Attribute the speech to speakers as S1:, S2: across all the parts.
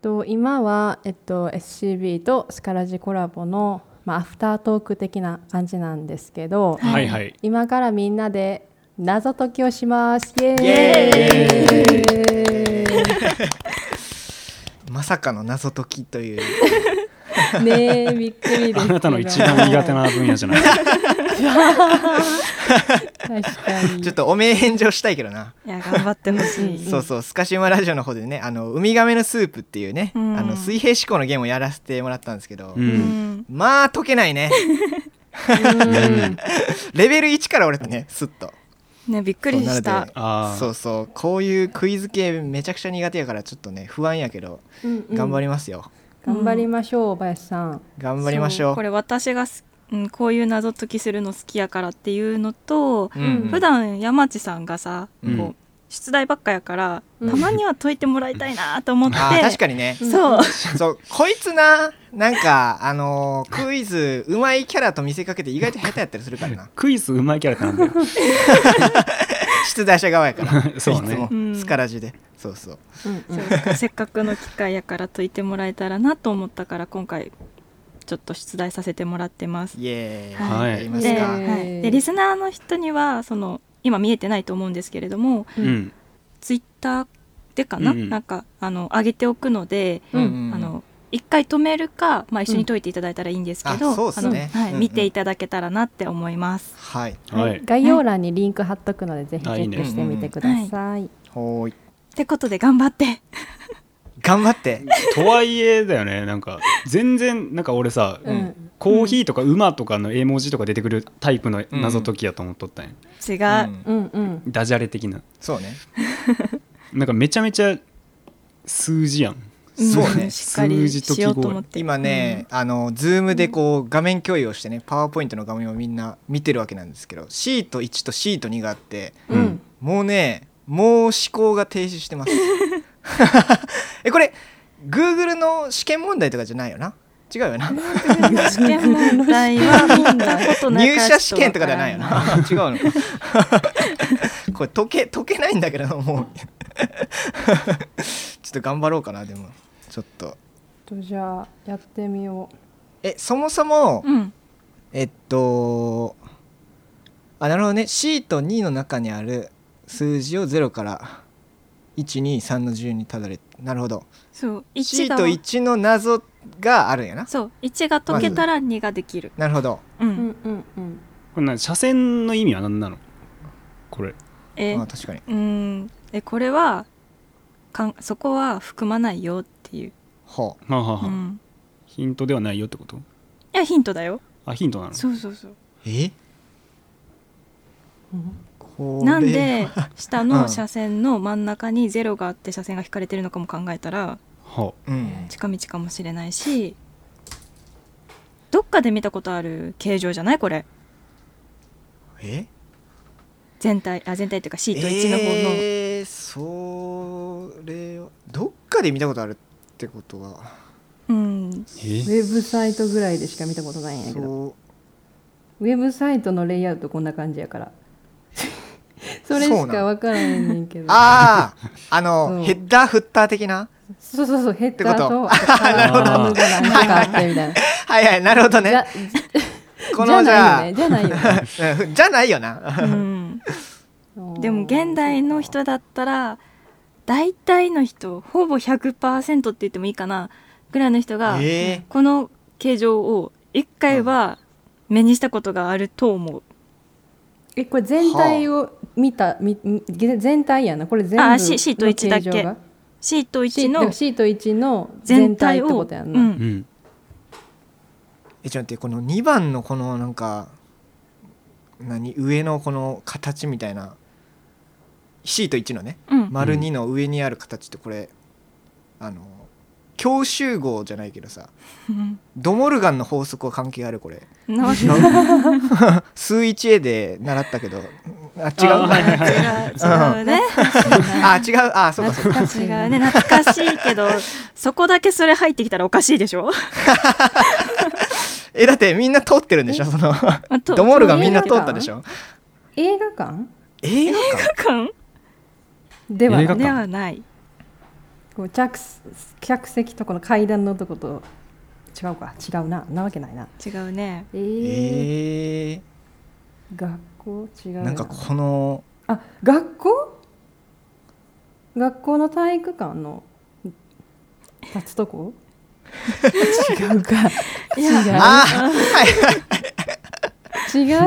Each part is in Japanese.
S1: と今は、えっと、SCB とスカラジコラボの、まあ、アフタートーク的な感じなんですけど、
S2: はいはい。
S1: 今からみんなで謎解きをしますイエーイ
S3: イエまさかの謎解きと いう
S1: ねえびっくりですけど
S2: あなたの一番苦手な分野じゃないですか。
S1: 確かに
S3: ちょっとおめえ返上したいけどない
S4: や頑張ってほしい
S3: そうそうスカシウマラジオの方でねあのウミガメのスープっていうね、
S4: うん
S3: あの水平思考のゲームをやらせてもらったんですけど、
S2: うん
S4: うん
S3: まあ解けないね
S1: うん
S3: レベル1から俺とねすっと
S4: ねびっくりし
S3: そうなの
S4: た
S3: で
S2: あー
S3: そうそうこういうクイズ系めちゃくちゃ苦手やからちょっとね不安やけど
S1: うんうん
S3: 頑張りますよ、
S1: 頑張りましょう林さん
S3: 頑張りましょ
S4: そうこれ私がす、うん、こういう謎解きするの好きやからっていうのと、
S3: うん
S4: 普段山地さんがさ、
S3: うん
S4: こう出題ばっかやから、
S1: うん
S4: たまには解いてもらいたいなと思って
S3: あー確かに ね
S4: そう
S3: そうこいつななんかあのークイズうまいキャラと見せかけて意外と下手やったりする からな
S2: クイズうまいキャラってなんだよ。
S3: 出題者側やから
S2: そう
S3: いつも
S2: ね。
S4: うん
S3: スカラジでそうそう
S1: うんうん
S4: そうせっかくの機会やから解いてもらえたらなと思ったから今回ちょっと出題させてもらってます。
S3: イエーイ、
S4: はい
S3: やります
S4: で,、
S3: か、
S1: イエ
S4: はい、でリスナーの人にはその今見えてないと思うんですけれども
S2: う
S1: うん
S2: ん。
S4: ツイッターでかな、
S2: うんうん
S4: なんかあの上げておくので、
S1: うん
S4: あの一回止めるか、まあ、一緒に解いていただいたらいいんですけど、
S3: うんあそうっすね
S4: あのはい
S3: うんうん
S4: 見ていただけたらなって思います。
S3: はい
S2: はい。
S1: 概要欄にリンク貼っとくのでぜひチ
S2: あいい
S1: ェッ
S2: ね
S1: クしてみてください
S3: ほーい
S4: ってことで頑張って
S3: 頑張って
S2: とはいえだよね。なんか全然なんか俺さ、
S1: うん
S3: うん
S2: コーヒーとか馬とかの絵文字とか出てくるタイプの謎解きやと思っとったんや。
S4: 違う、
S3: うん
S1: うんうん
S2: ダジャレ的な。
S3: そうね
S2: なんかめちゃめちゃ数字やん。
S4: ん
S3: そうね
S4: しっかり
S2: 数字と記号
S4: しようと思って
S3: 今ね、あのズームでこう画面共有をしてねパワーポイントの画面をみんな見てるわけなんですけどシート1とシート2があって
S2: うん
S1: うん
S3: もうねもう思考が停止して ますえこれ Google の試験問題とかじゃないよな違うよな
S4: うん試験問題は見たことない
S3: 入社試験とかではないよ
S4: ちょっ
S3: な違うの かこれ解け解けないんだけども うちょっと頑張ろうかなでもちょっと
S1: とじゃあやってみよ
S3: えそもそも、
S4: とわからん
S3: えっとあなるほどねシート2の中にある数字を0から123の順にたどれなるほど
S4: うんそう
S3: シ
S4: 一
S3: ー
S4: が
S3: ト1の謎があるんやな
S4: そう一が解けたら二ができる、
S3: なるほど、
S4: う、
S1: うんうんうんうん
S2: これな斜線の意味は何なのこれ。
S4: え
S3: まあ、確かに
S4: うんえこれはかんそこは含まないよっていう、
S3: ほ
S2: はあはあは
S4: う
S2: あ
S4: ん、
S2: ヒントではないよってこと
S4: いやヒントだよ
S2: あヒントなの
S4: そうそうそう
S3: うえ
S1: うん
S3: これ
S4: なんで 下
S3: うん
S4: の車線の真ん中にゼロがあって車線が引かれてるのかも考えたら
S2: は
S3: うん
S4: 近道かもしれないしどっかで見たことある形状じゃないこれ
S3: え
S4: 全体あ全体っていうかシート1の方の、
S3: えー、それをどっかで見たことあるってことは
S4: うん
S2: え
S1: ウェブサイトぐらいでしか見たことないんやけど
S3: そう
S1: ウェブサイトのレイアウトこんな感じやからそれしかわからへんねんけど
S3: あああの、
S1: うん
S3: ヘッダーフッター的な
S1: そうそうそうヘッダーと
S3: ってこと
S1: あ
S2: なるほど
S1: アームが何とかあってみたいな
S3: はいはいなるほどね
S1: じゃ
S3: この
S1: じ
S3: じ
S1: ゃな
S3: ゃあ
S1: いよねじゃないよね
S3: うん じゃないよな。
S4: うん、
S1: そう
S4: でも現代の人だったら大体の人ほぼ100%って言ってもいいかなぐらいの人が、
S3: え
S4: この形状を一回は目にしたことがあると思う、
S1: えこれ全体を見たみみ全体やなこれ全部
S4: あシシート一だけ
S1: の形状が
S4: シート
S1: シ
S4: 1
S1: だから
S4: の
S1: シート1の全
S4: 全
S1: 体
S4: 体
S1: ってこ
S4: を
S1: とやん
S4: う、
S1: な、
S2: うんん
S3: えちょっと待ってこの2番のこのなんか何上のこの形みたいなシート1のね
S4: うん
S3: 丸2の上にある形ってこれ、あの強集合じゃないけどさ
S4: うん
S3: ドモルガンの法則は関係あるこれ
S4: なわけ
S3: 数 1A で習ったけどあ違う
S2: あはいはいはい
S4: 違う違うね
S3: あ違うあそうかそうか
S1: 懐かし
S4: 違
S1: いう
S4: ね懐かしいけどそこだけそれ入ってきたらおかしいでしょ
S3: えだってみんな通ってるんでしょその
S4: あと
S3: ドモルガンみんな通ったでしょ
S1: 映画館
S3: 映画館
S4: 映画館
S1: では
S2: 映画館
S4: ではない
S1: こう客す客席とこの階段のとこと違うか違うななわけないな
S4: 違うね
S1: え
S3: え
S1: ー、
S3: ー、
S1: 学校違う
S3: なんかこの
S1: あ学校学校の体育館の立つとこ違うか
S4: いや
S1: 違う
S3: あーはいはい
S1: 違う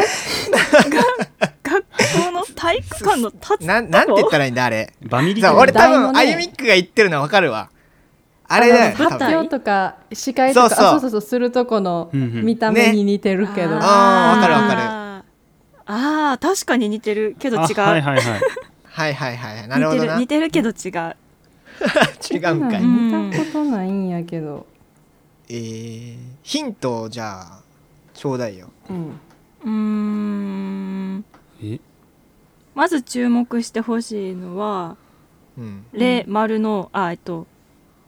S4: 学校の体育館の立つ
S3: なんなんて言ったらいいんだあれ
S2: バミリ
S3: さあ俺
S2: だ
S3: 多
S1: 台の
S3: 分
S1: ね
S3: あゆみっくが言ってるの分かるわあれだよ
S1: あの
S3: 多
S1: 発
S4: 舞
S3: 分
S4: 台
S1: 表とか司会とか
S3: そうそう
S1: あそうそうそうするとこの
S2: うんうん
S1: 見た目に似てるけど、
S3: あーわかるわかる
S4: あーあー確かに似てるけど違う、
S2: はいはいはい
S3: はいはいはいはいなるほどな違
S4: 似てる似てるけど違う
S3: うんかい
S4: うん
S1: 見たことないんやけど、
S3: えー、ヒントをじゃあちょうだいよ
S1: うん、
S4: うーん
S2: え
S4: まず注目してほしいのは
S3: うん
S4: 「レ」「丸の」あえっと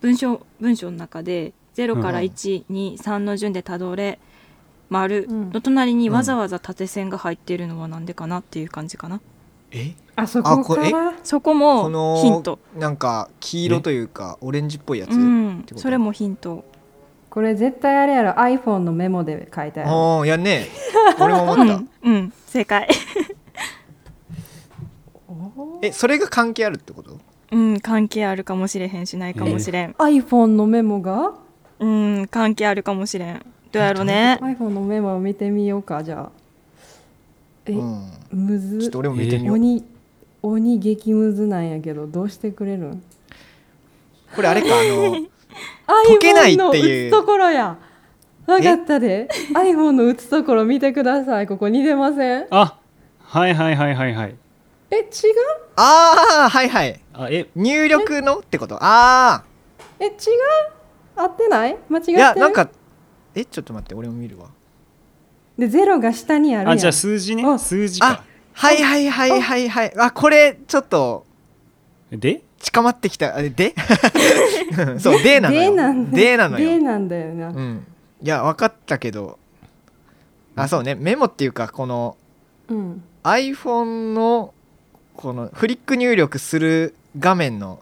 S4: 文章文章の中で0から123の順でたどれ「丸
S1: うん
S4: の隣にわざわざ縦線が入っているのはなんでかなっていう感じかな
S3: え
S1: あそ
S3: あ
S1: こ
S3: こ
S1: か
S3: れ
S1: ら
S4: そこ
S3: こ
S4: も
S3: の
S4: ヒント
S3: なんか黄色というかオレンジっぽいやつ、
S4: うん
S3: てこと
S4: それもヒント
S1: これ絶対あれやろ iPhone のメモで書いてある
S3: ああやんねえ俺も
S4: う
S3: 思った
S4: んうん正解
S3: えそれが関係あるってこと
S4: うん関係あるかもしれへんしないかもしれん
S1: iPhone のメモが
S4: うん関係あるかもしれんどうやろうね
S1: iPhone のメモを見てみようかじゃあえ、
S3: うん
S1: む
S3: ちょ
S1: ず
S3: っと俺も見てみよう、
S1: 鬼鬼激ムズなんやけどどうしてくれるん
S3: これあれかあの
S1: iPhone
S3: けないって
S1: の
S3: いう
S1: 打つところやわかったで iPhone の打つところ見てくださいここ似てません
S2: あはいはいはいはいはい
S1: え違う
S3: ああはいはい
S2: あえ
S3: 入力のってことああ
S1: え違う合ってない間違って
S3: い
S1: る
S3: やなんかえちょっと待って俺も見るわ
S1: でゼロが下にあるやん
S2: あじゃあ数字ね
S1: あ
S2: 数字
S3: あ
S2: か
S3: はいはいはいはいはいあこれちょっと
S2: で
S3: 近まってきたあれでそうでなのよ
S1: でなんだ
S3: でなの
S1: で
S3: よ
S1: なんだよな、
S3: うんいや分かったけどあそうねメモっていうかこの
S1: うん
S3: iPhone のこのフリック入力する画面の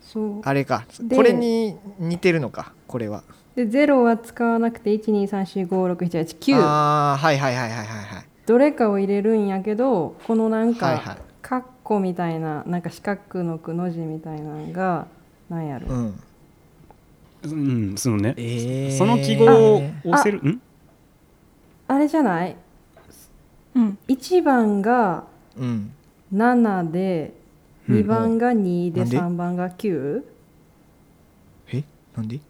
S1: そう
S3: あれか
S1: で
S3: これに似てるのかこれは
S1: でゼロは使わなくて123456789
S3: ああはいはいはいはいはいはい
S1: どれかを入れるんやけどこのなんか、
S3: はいはい
S1: カッコみたいななんか四角のくの字みたいなのがなんやろ、
S3: うん
S2: うんそのね
S3: え
S2: その記号を押せるん
S1: あれじゃない
S4: うん
S1: 1番が
S3: うん
S1: 7で
S2: うん
S1: 2番が2で
S3: なんで
S1: 3番が9
S3: えなんで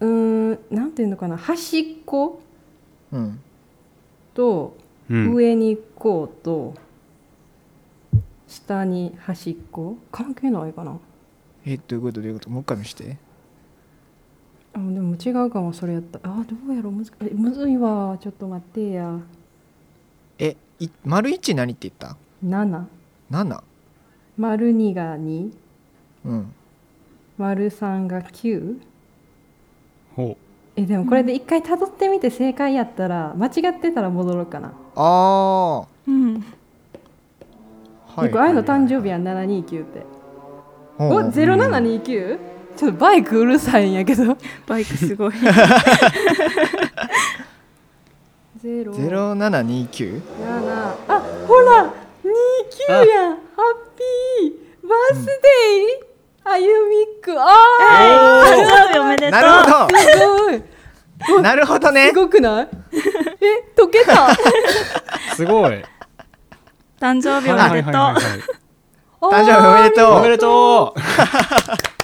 S1: うーんなんていうのかな端っこ
S3: うん
S1: と
S2: うん
S1: 上にこうと下に端っこ関係ないかな
S3: えどういうことどういうこともう一回見して
S1: あでも違うかもそれやったあどうやろむずえむずいわちょっと待ってや
S3: えい丸一何って言った
S1: 7
S3: 七
S1: 丸2が2
S3: うん
S1: 丸3が9
S2: ほ
S1: えでもこれで一回たどってみて正解やったら間違ってたら戻ろうかな、
S3: ああは
S4: うん
S1: でこれあいの誕生
S3: 日
S1: 日やん729って
S3: お
S1: お0729ちょっとバイクうるさいんやけど
S4: バイクすごい
S1: ゼロ
S3: ゼロ七二九
S1: 七あほら29やんハッピーバースデー、あゆみっくあ
S4: 誕生日おめでと
S3: な
S4: う
S3: るほ
S1: ーすごい
S3: どなるほどね
S1: すごくないえ溶け たあ
S2: うすごい
S4: 誕生日お
S2: はいは
S4: め
S2: い
S4: で
S2: は
S4: と
S2: いうはい
S1: ー
S3: 誕生日おめでとう
S2: おめでとう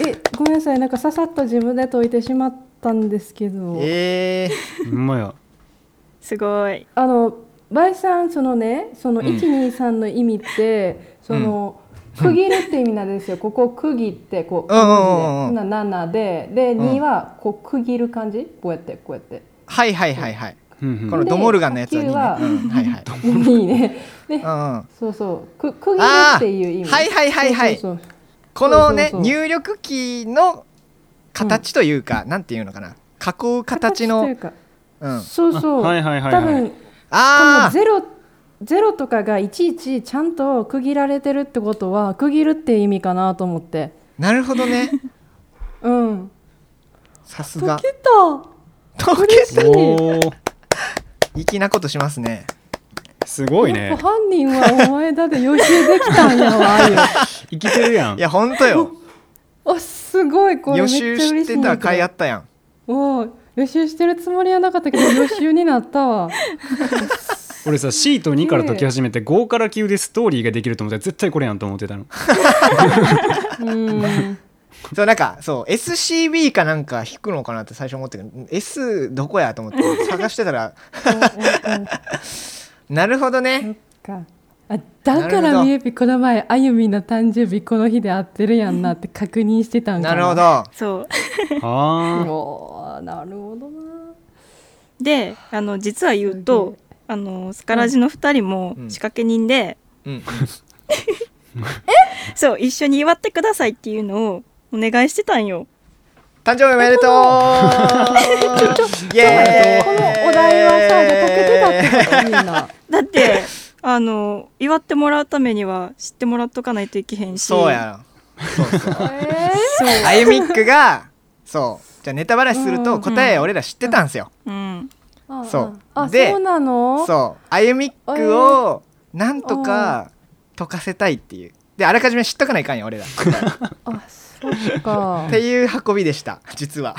S1: えごめんなさいなんかささっと自分で解いてしまったんですけど、
S3: え
S2: ほんまや
S4: すごい
S1: あの林さんそのねその
S3: うん
S1: 123の意味って、その区切るって意味なんですよここ区切ってこう
S3: うんうんうんうん
S1: こんな7でで
S3: ん
S1: 2はこう区切る感じこうやってこうやって
S3: ー、はいはいはいはい
S2: うんう
S3: こ
S2: ん
S3: のドモルガンのやつは二
S1: で野球は
S3: ね、うん、はいはい
S1: いい ねで
S3: うん うん
S1: そうそうく区切るっていう意味
S3: あーはいはいはいはい
S1: そうそうそう
S3: このね
S1: そうそうそう
S3: 入力キーの形というか、なんていうのかな囲う形
S1: とい
S3: の
S1: うか、
S3: うん、
S1: そうそう、
S2: はいはいはいはい
S1: 多分こ
S3: あ
S1: のゼロ0とかがいちいちちゃんと区切られてるってことは区切るって意味かなと思って
S3: なるほ どね
S1: うん
S3: さす
S1: 解
S3: が
S1: けた
S3: 溶けた
S2: おー
S3: 粋なことしますね
S2: すごい
S1: や っ
S2: ね
S1: ぱ犯人はお前だで予習できたんやわ あゆ
S2: 生きてるやん
S3: いやほんとよ
S1: あすごいこれめ
S3: 予
S1: っち
S3: 習
S1: ゃ嬉
S3: し
S1: しい
S3: て
S1: んだ
S3: た
S1: けど
S3: 甲斐あったやん
S1: おお予習してるつもりはなかった けど予習になった わ
S2: 俺さシート2から解き始めて5から9でストーリーができると思って絶対これやんと思ってたの
S1: うん
S3: そうなんかそう SCB かなんか引くのかなって最初思ってたけど S どこやと思って探してたら なるほど
S1: そっ
S3: ね
S1: かあだか
S3: なるほ
S1: ら
S3: ど
S1: みえぴこの前あゆみの誕生日この日で合ってるやんなって確認してたんか
S3: なるほど
S4: そう
S2: あー
S1: おーなるほどな
S4: であの実は言う
S1: す
S4: とあのスカラジの2人も
S3: うん
S4: 仕掛け人で、
S3: うん
S4: そう一緒に祝ってくださいっていうのをお願いしてたんよ
S3: 誕生日おめ でとうイエーイ
S1: このお題はさじゃあ解けてたってことみんな
S4: だって あの祝ってもらうためには知ってもらっとかないといけへんし
S3: そうやそうそう
S1: え
S3: あゆみっくがそうじゃあネタバラシする
S1: うんう
S3: と
S1: ん
S3: 答え俺ら知ってたんすよ、
S4: うん
S1: ー
S3: そう
S1: ああ
S3: で
S1: そうなの
S3: そうあゆみっくをなんとか解かせたいっていうであらかじめ知っとかないかん よ俺らっ
S1: あそっ か
S3: ていう運びでした実は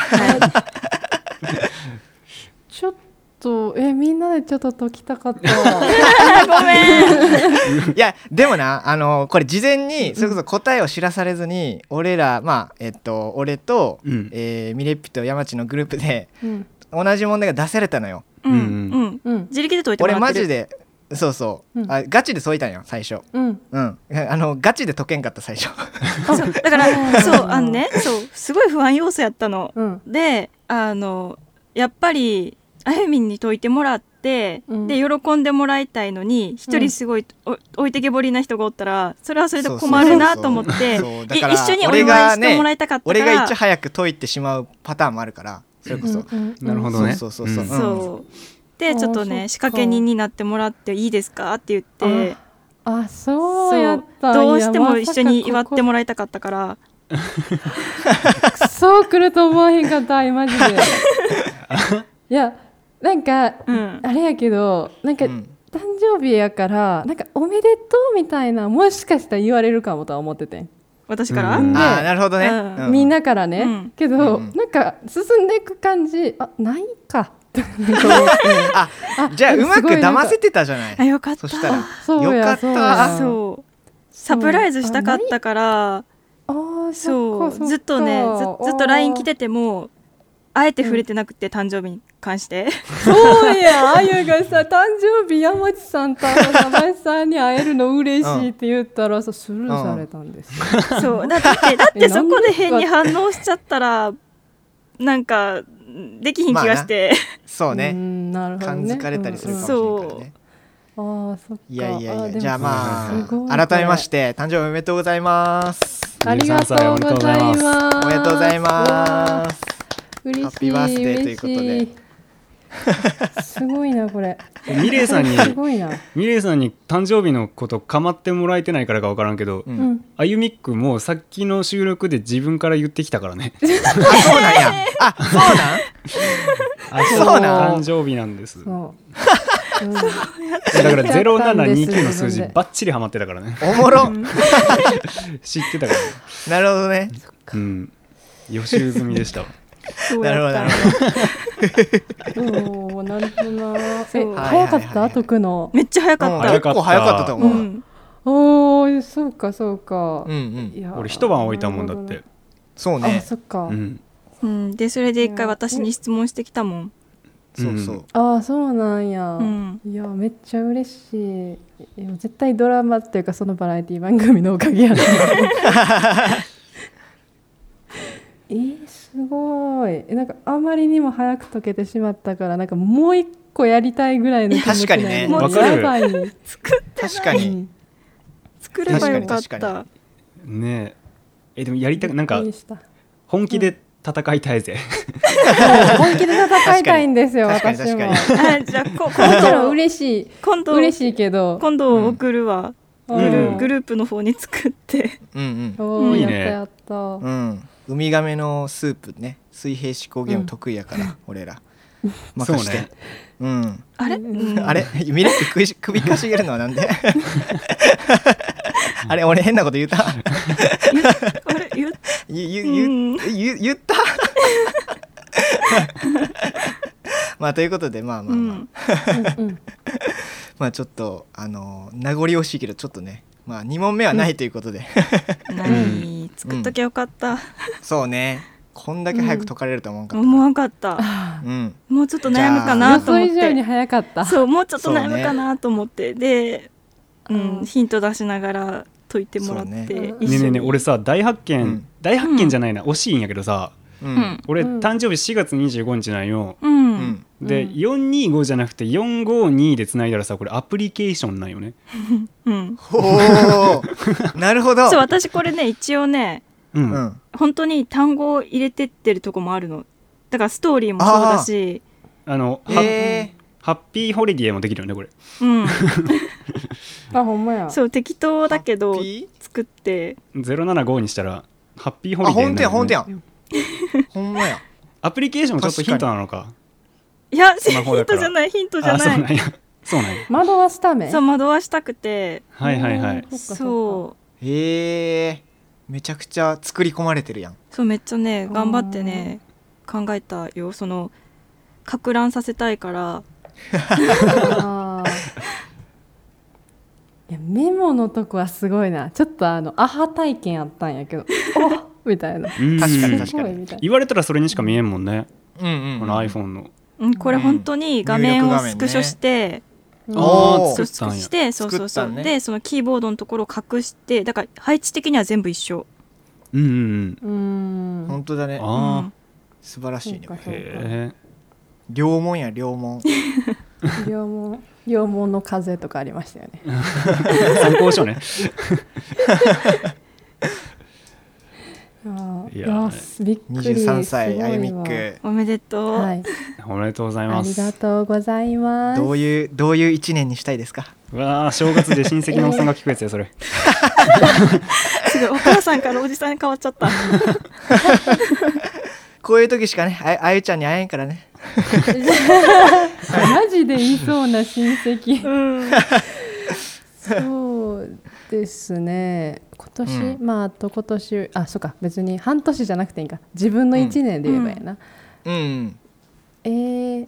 S1: ちょっとえみんなでちょっと解きたかったわ
S4: ごめん
S3: いやでもなあのこれ事前にそれこそ答えを知らされずに、俺らまあえっと俺と、
S2: うん
S3: えーミレッピと山地のグループで
S1: うん
S3: 同じ問題が出されたのよ
S4: うん
S2: うん
S4: うん
S1: うん
S4: 自力で解いても
S3: 俺
S4: ら
S3: マ
S4: ってる
S3: ジでそうそう、
S1: うん
S3: あガチで解いたんよ最初
S1: うん
S3: うんあのガチで解けんかった最初
S4: そうだか
S1: うん
S4: らそうあのねそうすごい不安要素やったの
S1: うん
S4: であのやっぱりあゆみんに解いてもらって、
S1: うん
S4: で喜んでもらいたいのに一
S1: うん
S4: 人すごい、お置いてけぼりな人がおったらそれはそれで
S3: そうそう
S4: 困るなと思って
S3: そうそう
S4: い
S3: だから
S4: 一緒にお
S3: 俺
S4: 祝
S3: が
S4: いしてもらいたかったから
S3: 俺がいち早く解いてしまうパターンもあるからそれこそ、
S1: うんうんうん
S2: なるほどね
S3: そうそうそうそうん
S4: そうでちょっと
S1: あーそっか
S4: ね仕掛け人になってもらっていいですかって言って
S1: あそうやったんや
S4: どうしても一緒に祝っても
S1: ら
S4: らいたかったから
S1: うそう来ると思わへんかったマジ でいやなんか
S4: うん
S1: あれやけどなんか、
S3: うん
S1: 誕生日やからなんかおめでとうみたいなもしかしたら言われるかもとは思っててん
S4: 私から、
S2: うん
S3: ああなるほどね、
S4: うん
S1: みん
S3: な
S1: なからね、
S4: うん
S1: けど、
S3: うん
S1: なんか進んでいく感じあないか
S3: あじゃあ
S1: あ
S3: うますく
S1: ごいなんか
S3: 騙せてたじゃない
S4: あよかった
S3: そしたら
S1: そう
S3: よか
S1: や
S3: った
S1: そうや
S4: そうサプライズしたかったから
S1: あないあーそ
S4: そう
S1: っかそっか
S4: ずっとねずずっと LINE 来ててもあえて触れてなくて、誕生日に関して
S1: そうやあゆがさ誕生日山地さんと山林さんに会えるの嬉しいって言ったらさスルーされたんですよ、
S4: そうだってだっ
S1: え
S4: てそこで変に反応しちゃったらなんかできひん気がして、
S3: そう
S1: う
S3: ね
S1: んなるほど
S3: 感
S1: ね
S3: づかれたりするかもし
S1: うん
S3: れないから
S4: そう
S3: ね
S1: うんあーそっか
S3: いやいや
S1: ー
S3: い
S1: で
S3: や
S1: も
S3: じゃあま
S1: すごい
S3: あ改めまして誕生日おめでとうございます
S1: ありがとうございます
S3: おめでとうございます
S1: 嬉しい
S3: ハッピーバースデーということで
S1: 嬉しいすごいなこれ
S2: ミレイさんに
S1: すごいな
S2: ミレイさんに誕生日のこと構ってもらえてないからか分からんけど、
S3: う
S1: うんん
S2: あゆみっくもうさっきの収録で自分から言ってきたからね
S3: あそうなんやあそうなん
S2: あ
S3: そうなん
S2: 誕生日なんですだ
S1: そううん
S2: から0729の
S1: 自
S2: 数
S1: 分
S2: 字
S1: で
S2: バッチリハマってたからね
S3: おもろ
S2: 知ってたから、ね、
S3: なるほどね
S2: うん予習済みでしたわ
S4: そうやった
S3: なる
S1: おーなるほどな。
S4: そ
S1: え、早
S4: う
S1: か
S3: はいは
S1: っ
S3: いはいは
S1: た
S3: い
S1: 解くの。
S4: めっちゃ早か
S3: うん
S4: った、
S2: 早
S3: 結
S2: かった
S3: 構早かったと
S4: う
S3: 思う、うん、
S4: ん、
S1: おお、そうかそうか
S3: うん。
S1: いやー
S2: 俺一晩置いたもんだって。、
S3: そう
S1: あ、
S3: ね
S1: そっか
S2: う。ん、
S4: うん、でそれで一回私に質問してきたもん、
S3: そうそう
S1: あ、そうなんや
S4: うん。
S1: いや、めっちゃ嬉しい。いや絶対ドラマっていうかそのバラエティ番組のおかげ やな。えー、すごい。えなんかあまりにも早く解けてしまったからなんかもう一個やりたいぐらいの気持ち
S3: 確かにね
S1: なん
S2: わかる
S1: やばいね
S3: 確か
S1: う
S3: に
S1: ん
S4: 作ればよかっ
S3: 確かに確
S4: た
S2: ねええでもやりたくなんか
S1: びっくりした
S2: 本気で戦いたいぜ
S1: 本気で戦いたいんですよ
S3: 確かに
S1: 私も
S3: 確か
S4: あじゃあこ
S1: もちろん
S4: 今 度
S1: 嬉しい
S4: 今度
S1: 嬉しいけど
S4: 今度送るわ、
S2: ん
S4: グル
S2: うん
S4: グループの方に作って
S3: うん
S1: うんおー
S2: いい
S1: やっ
S2: ね
S1: たやった、
S3: うん、うん、ウミガメのスープね水平思考ゲーム得意やから、俺ら任して
S2: そうね
S3: うん
S4: あれ、
S1: うん
S4: うん
S3: あれミレック首首かしげるのはなんであれ俺変なこと言った
S4: あれ言っ
S3: ゆゆ
S4: うん
S3: ゆゆ言った まあということでまあまあまあ、
S4: う
S1: う
S4: ん
S1: んうん
S3: まあちょっとあの名残惜しいけどちょっとねまあ2問目はないということで、
S4: ない作っときゃよかった、
S3: そうねこんだけ早く解かれるとは思うかった、
S4: 思わんかった
S1: あ
S3: うん
S4: もうちょっと悩むか
S1: ー
S4: な
S1: 予
S4: と思
S1: 想
S4: っ
S1: 以上に
S4: て
S1: 早かった
S4: そうもうちょっと悩むかなと思って、で、う
S1: うん
S4: ん、ヒント出しながら解いてもらって、
S3: そう
S1: ね
S4: 一
S2: ねえねえ
S4: 緒に
S2: ねえ俺さ大発見、
S3: うん
S2: 大発見じゃないな惜しいんやけどさ
S3: う
S4: うんん
S2: 俺、
S1: うん
S2: 誕生日4月25日なんよ
S4: う
S3: う
S4: ん、
S3: ん
S2: で、
S1: うん
S2: 425じゃなくて452でつないだらさこれアプリケーションなんよね
S4: うん
S3: おーなるほど
S4: そう私これね一応ね
S2: うん、
S3: うん
S4: 本当に単語を入れてってるとこもあるのだからストーリーもそうだし
S2: あの、ハ
S3: え
S2: ハッピーホリデーもできるよねこれ
S4: うん、
S1: あほんまや
S4: そう適当だけ
S3: ー、
S4: ど
S3: ハッピ
S4: 作って
S2: 075にしたらハッピーホ
S3: ー
S2: リ
S3: あ
S2: デーになる
S3: 本当や本当や
S1: うん
S3: ほんまや
S2: アプリケーションもちょっとヒントなのか
S4: いやヒ
S2: スマホだ
S4: ン
S2: か
S4: ト
S2: ら
S4: じゃないヒントじゃ
S2: あそう
S4: な
S2: なん
S4: い
S2: やそうなんや
S1: 窓はしため
S4: そう惑わしたくて
S2: はいはいはい
S1: そっかそっか
S4: そう
S3: へえめちゃくちゃ作り込まれてるやん
S4: そうめっちゃね頑張ってね考えたよそのか乱させたいから
S1: あーいやメモのとこはすごいなちょっとあのアハ体験やったんやけ どおみたいな
S2: うん
S3: 確かに
S1: すごいみたいな
S2: 言われたらそれにしか見えんもんね、
S3: うんうん
S2: この iPhone の
S4: うん、これ本当に画面
S3: 入力
S4: を
S3: 画面ね
S4: スクショして、
S3: おー
S4: スクショしてそうそうそ
S3: 作ったんね
S4: う、でそのキーボードのところを隠してだから配置的には全部一緒、
S2: うんうん
S1: うーん
S3: 本当だね
S4: う
S2: あ
S4: ん、
S3: 素晴らしいね
S1: そうか
S2: あへ
S3: 両門や両門
S1: 両門両門の風とかありましたよね
S2: え参考書ね
S1: あー
S2: い
S1: い
S2: や
S1: や
S2: ー
S1: ーびっくり
S3: 23歳
S1: すご
S3: あ
S1: いわ
S3: ゆみっく
S4: おめでとう、
S1: はい
S2: おめでとうござい
S1: あ
S2: ま
S1: り
S2: す
S1: がとうございます
S3: どういうどういう一年にしたいですか
S2: わあ正月で親戚のおっさんが聞くやつやそれ
S4: すごいお母さんからおじさんに変わっちゃった
S3: こういう時しかねああゆちゃんに会えんからね
S1: マジで言いそうな親戚
S4: うん
S1: そうですね今年、
S3: う
S1: まああと今年あそうか別に半年じゃなくていいんか自分の1年で言えばいいな、
S3: うん
S1: えー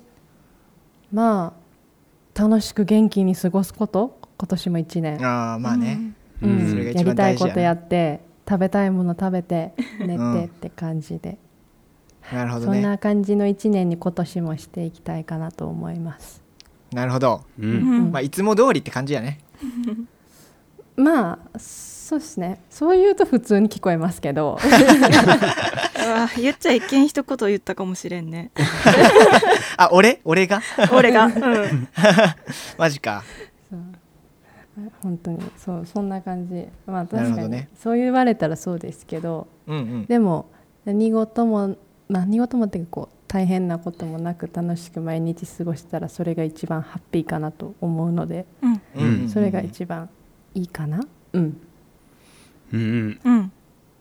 S1: まあ楽しく元気に過ごすこと今年も1年、
S3: ああ まあね、
S2: うん
S1: うん
S3: それが
S1: や
S3: 一
S1: り
S3: 番
S1: たい
S3: 大事
S1: こ
S3: や
S1: と
S3: な
S1: やって食べたいもの食べ て寝
S3: うん
S1: てって感じで、
S3: なるほど
S1: そん
S3: ね
S1: な感じの1年に今年もしていきたいかなと思います
S3: なるほど
S2: う
S4: うんん
S3: まあいつも通りって感じやね
S1: まあそうですねそう言うと普通に聞こえますけ ど
S4: うわ言っちゃいけん一言言ったかもしれんね
S3: あ俺俺が
S4: 俺が、うん、
S3: マジか
S1: そう本当にそうそんな感じまあ
S3: なる
S1: 確
S3: ほ
S1: か
S3: ど
S1: に、
S3: ね
S1: そう言われたらそうですけど
S3: うんうん
S1: でも何事も何事もっていうかこう大変なこともなく楽しく毎日過ごしたらそれが一番ハッピーかなと思うので
S4: うん
S3: うんうんうん
S1: それが一番いいかなうん
S2: うんうん
S4: うん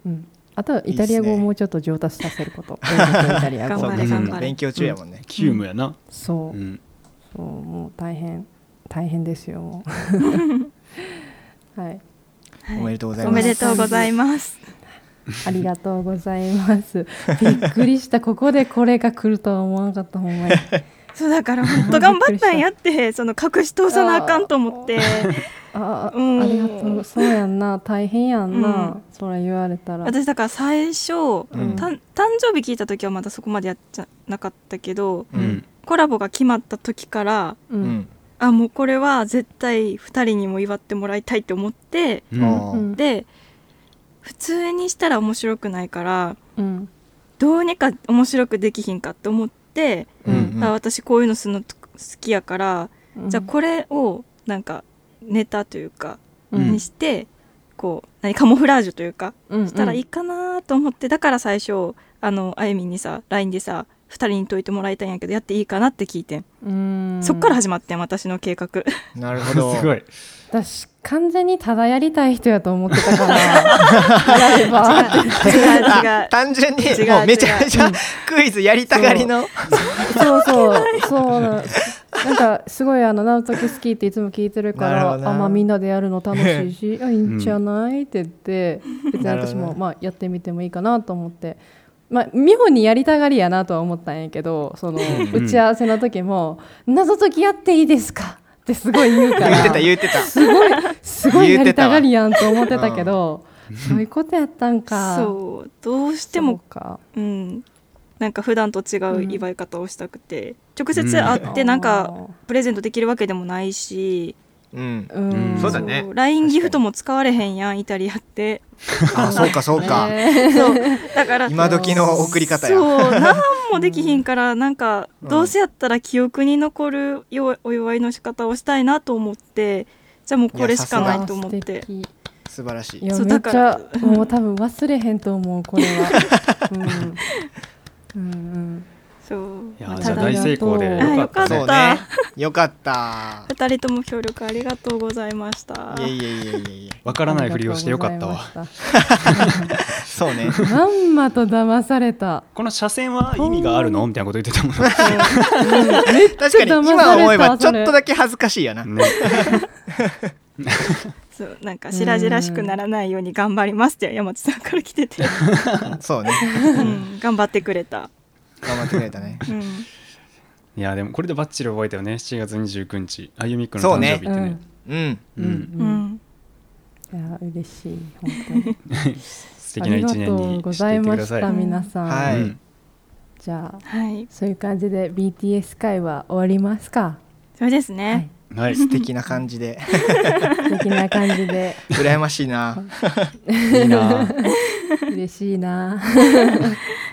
S1: うんあとはイタリア語をもうちょっと上達させる こと英語とイタリア
S4: 頑
S1: 語
S4: 張
S2: う
S4: れ
S2: ん
S4: 頑張れ
S3: 勉強中やもんね
S2: 急務やな
S1: そううんそうもう大変大変ですよもうはい
S4: はい
S3: おめでとうござい
S4: お
S3: ま
S4: め
S3: す
S4: でとうございます
S1: ありがとうござい ますびっくりしたここでこれが来るとは思わなかったほんま に
S4: そうだから本当頑張ったんやってその隠し通さなあかんと思って
S1: ああ
S4: うん
S1: ありがとうそうやんな大変やんな、
S4: うん
S1: それ言われたら
S4: 私だから最初、
S3: うん
S4: たん誕生日聞いた時はまだそこまでやっちゃなかったけど
S2: うんうん
S4: コラボが決まった時から
S1: う
S3: うんん
S4: あもうこれは絶対2人にも祝ってもらいたいと思って
S2: う
S3: うん
S1: うんん
S4: で普通にしたら面白くないから
S1: うん
S4: どうにか面白くできひんかって思って、
S1: うん
S3: うん
S4: あ私こういうのするの好きやから、
S1: うん
S4: じゃあこれをなんかネタというか
S1: うん
S4: にして、こう何カモフラージュというか
S1: うん
S4: したらいいかなと思ってだから最初あのあゆみんにさ LINE でさ2人に解いてもらいたいんやけどやっていいかなって聞いてん、
S1: うーん
S4: そっから始まってん私の計画
S3: なるほ
S2: す
S3: ど
S2: ごい
S1: 私完全にただやりたい人やと思ってた からやればって
S4: 違う違
S3: あ
S4: う
S3: 単純に
S4: 違う
S3: もうめちゃめちゃ クイズやりたがりの
S1: そうそうそうななんかすごいあの直時好きっていつも聞いてるか
S3: なる
S1: ら
S3: ほ
S1: あ
S3: どな
S1: まあみんなでやるの楽しい しあいいんじゃない、って言って別に
S3: なるほ
S1: 私
S3: ど
S1: もまあやってみてもいいかなと思って。まあ、妙にやりたがりやなとは思ったんやけどその
S2: うん
S1: 打ち合わせの時も「謎解きやっていいですか?」ってすごい言うから
S3: 言ってた言ってた
S1: すごいすごいやりたがりやんと思ってた
S3: 言う
S1: け
S3: てた
S1: ど、そういうことやったんか
S4: そうどうし
S1: そ
S4: て
S1: う
S4: も
S1: か
S4: うんなんか普段と違う祝い方をしたくて、直接会って
S1: うん
S4: なんかプレゼントできるわけでもないし、
S3: うん
S1: うん
S2: そうだ
S3: ね
S4: LINE ギフトも使われへんやんイタリアって
S3: あそうかそうか
S1: ね
S4: そうだから
S3: 今時の送り方や
S4: そう何もできひんからなんかどうせやったら記憶に残るよお祝いの仕方をしたいなと思ってじゃあもうこれしかないと思
S1: 素
S4: って
S1: 敵
S3: 素晴らし
S1: い
S3: い
S1: や
S4: そう
S1: めっ
S4: だ
S1: ち
S4: から
S1: ゃもう多分忘れへんと思うこれは、うん、うんうん
S4: そう
S2: いや
S4: ま
S2: ー
S4: あ
S2: じゃ
S4: た
S2: あ
S4: だ
S2: 大成功で
S1: あ
S2: よかった
S3: そ
S2: ね
S3: うねよかった
S4: 二人とも協力ありがとうございました
S3: いやいやいやいやいや
S2: わからないふりをしてよかったわ
S1: あり
S3: そうね
S1: がとうございましたまんまと騙された
S2: この車線は意味があるのみたいなこと言ってたもんね
S3: 確かに今思えばちょっとだけ恥ずかしいよ な
S2: ね
S4: そうなんか白々しくならないように頑張りますって山地さんから来てて、
S3: そうね
S4: うん、頑張ってくれた、
S3: 頑張ってくれたね
S4: うん、
S2: いやでもこれでバッチリ覚えたよね7月29日あゆみっくんの誕生日って
S1: う
S2: ね
S1: ん
S3: う
S1: う
S3: ん
S2: うんん、
S4: う
S1: うん
S4: ん、
S1: いや嬉しい本当に
S2: 素敵な
S1: あ
S2: 一
S1: りが
S2: 年
S1: とう
S2: に
S1: ご
S2: して
S1: ざ
S2: い
S1: い
S2: ってく
S1: ま
S2: だ
S1: し
S2: さい
S1: た
S4: い
S1: 皆さん、
S3: は
S2: う
S3: い
S2: ん
S1: じゃあ
S4: はい
S1: そういう感じで BTS 会は終わりますか、
S4: それですね、
S2: はい
S3: 素敵な感じで
S1: はい、的な感じで
S3: 羨ましいない
S2: いなあ
S1: 嬉しいな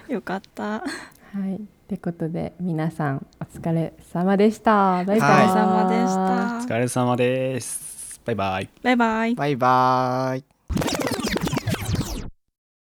S4: よかった
S1: はいってことで皆さんお疲れ様でしたバイバイ、
S4: お疲れ様で
S1: はい
S4: し
S2: お
S4: た
S2: 疲れ様ですバイバイ
S4: バイバイ
S3: バイバーイ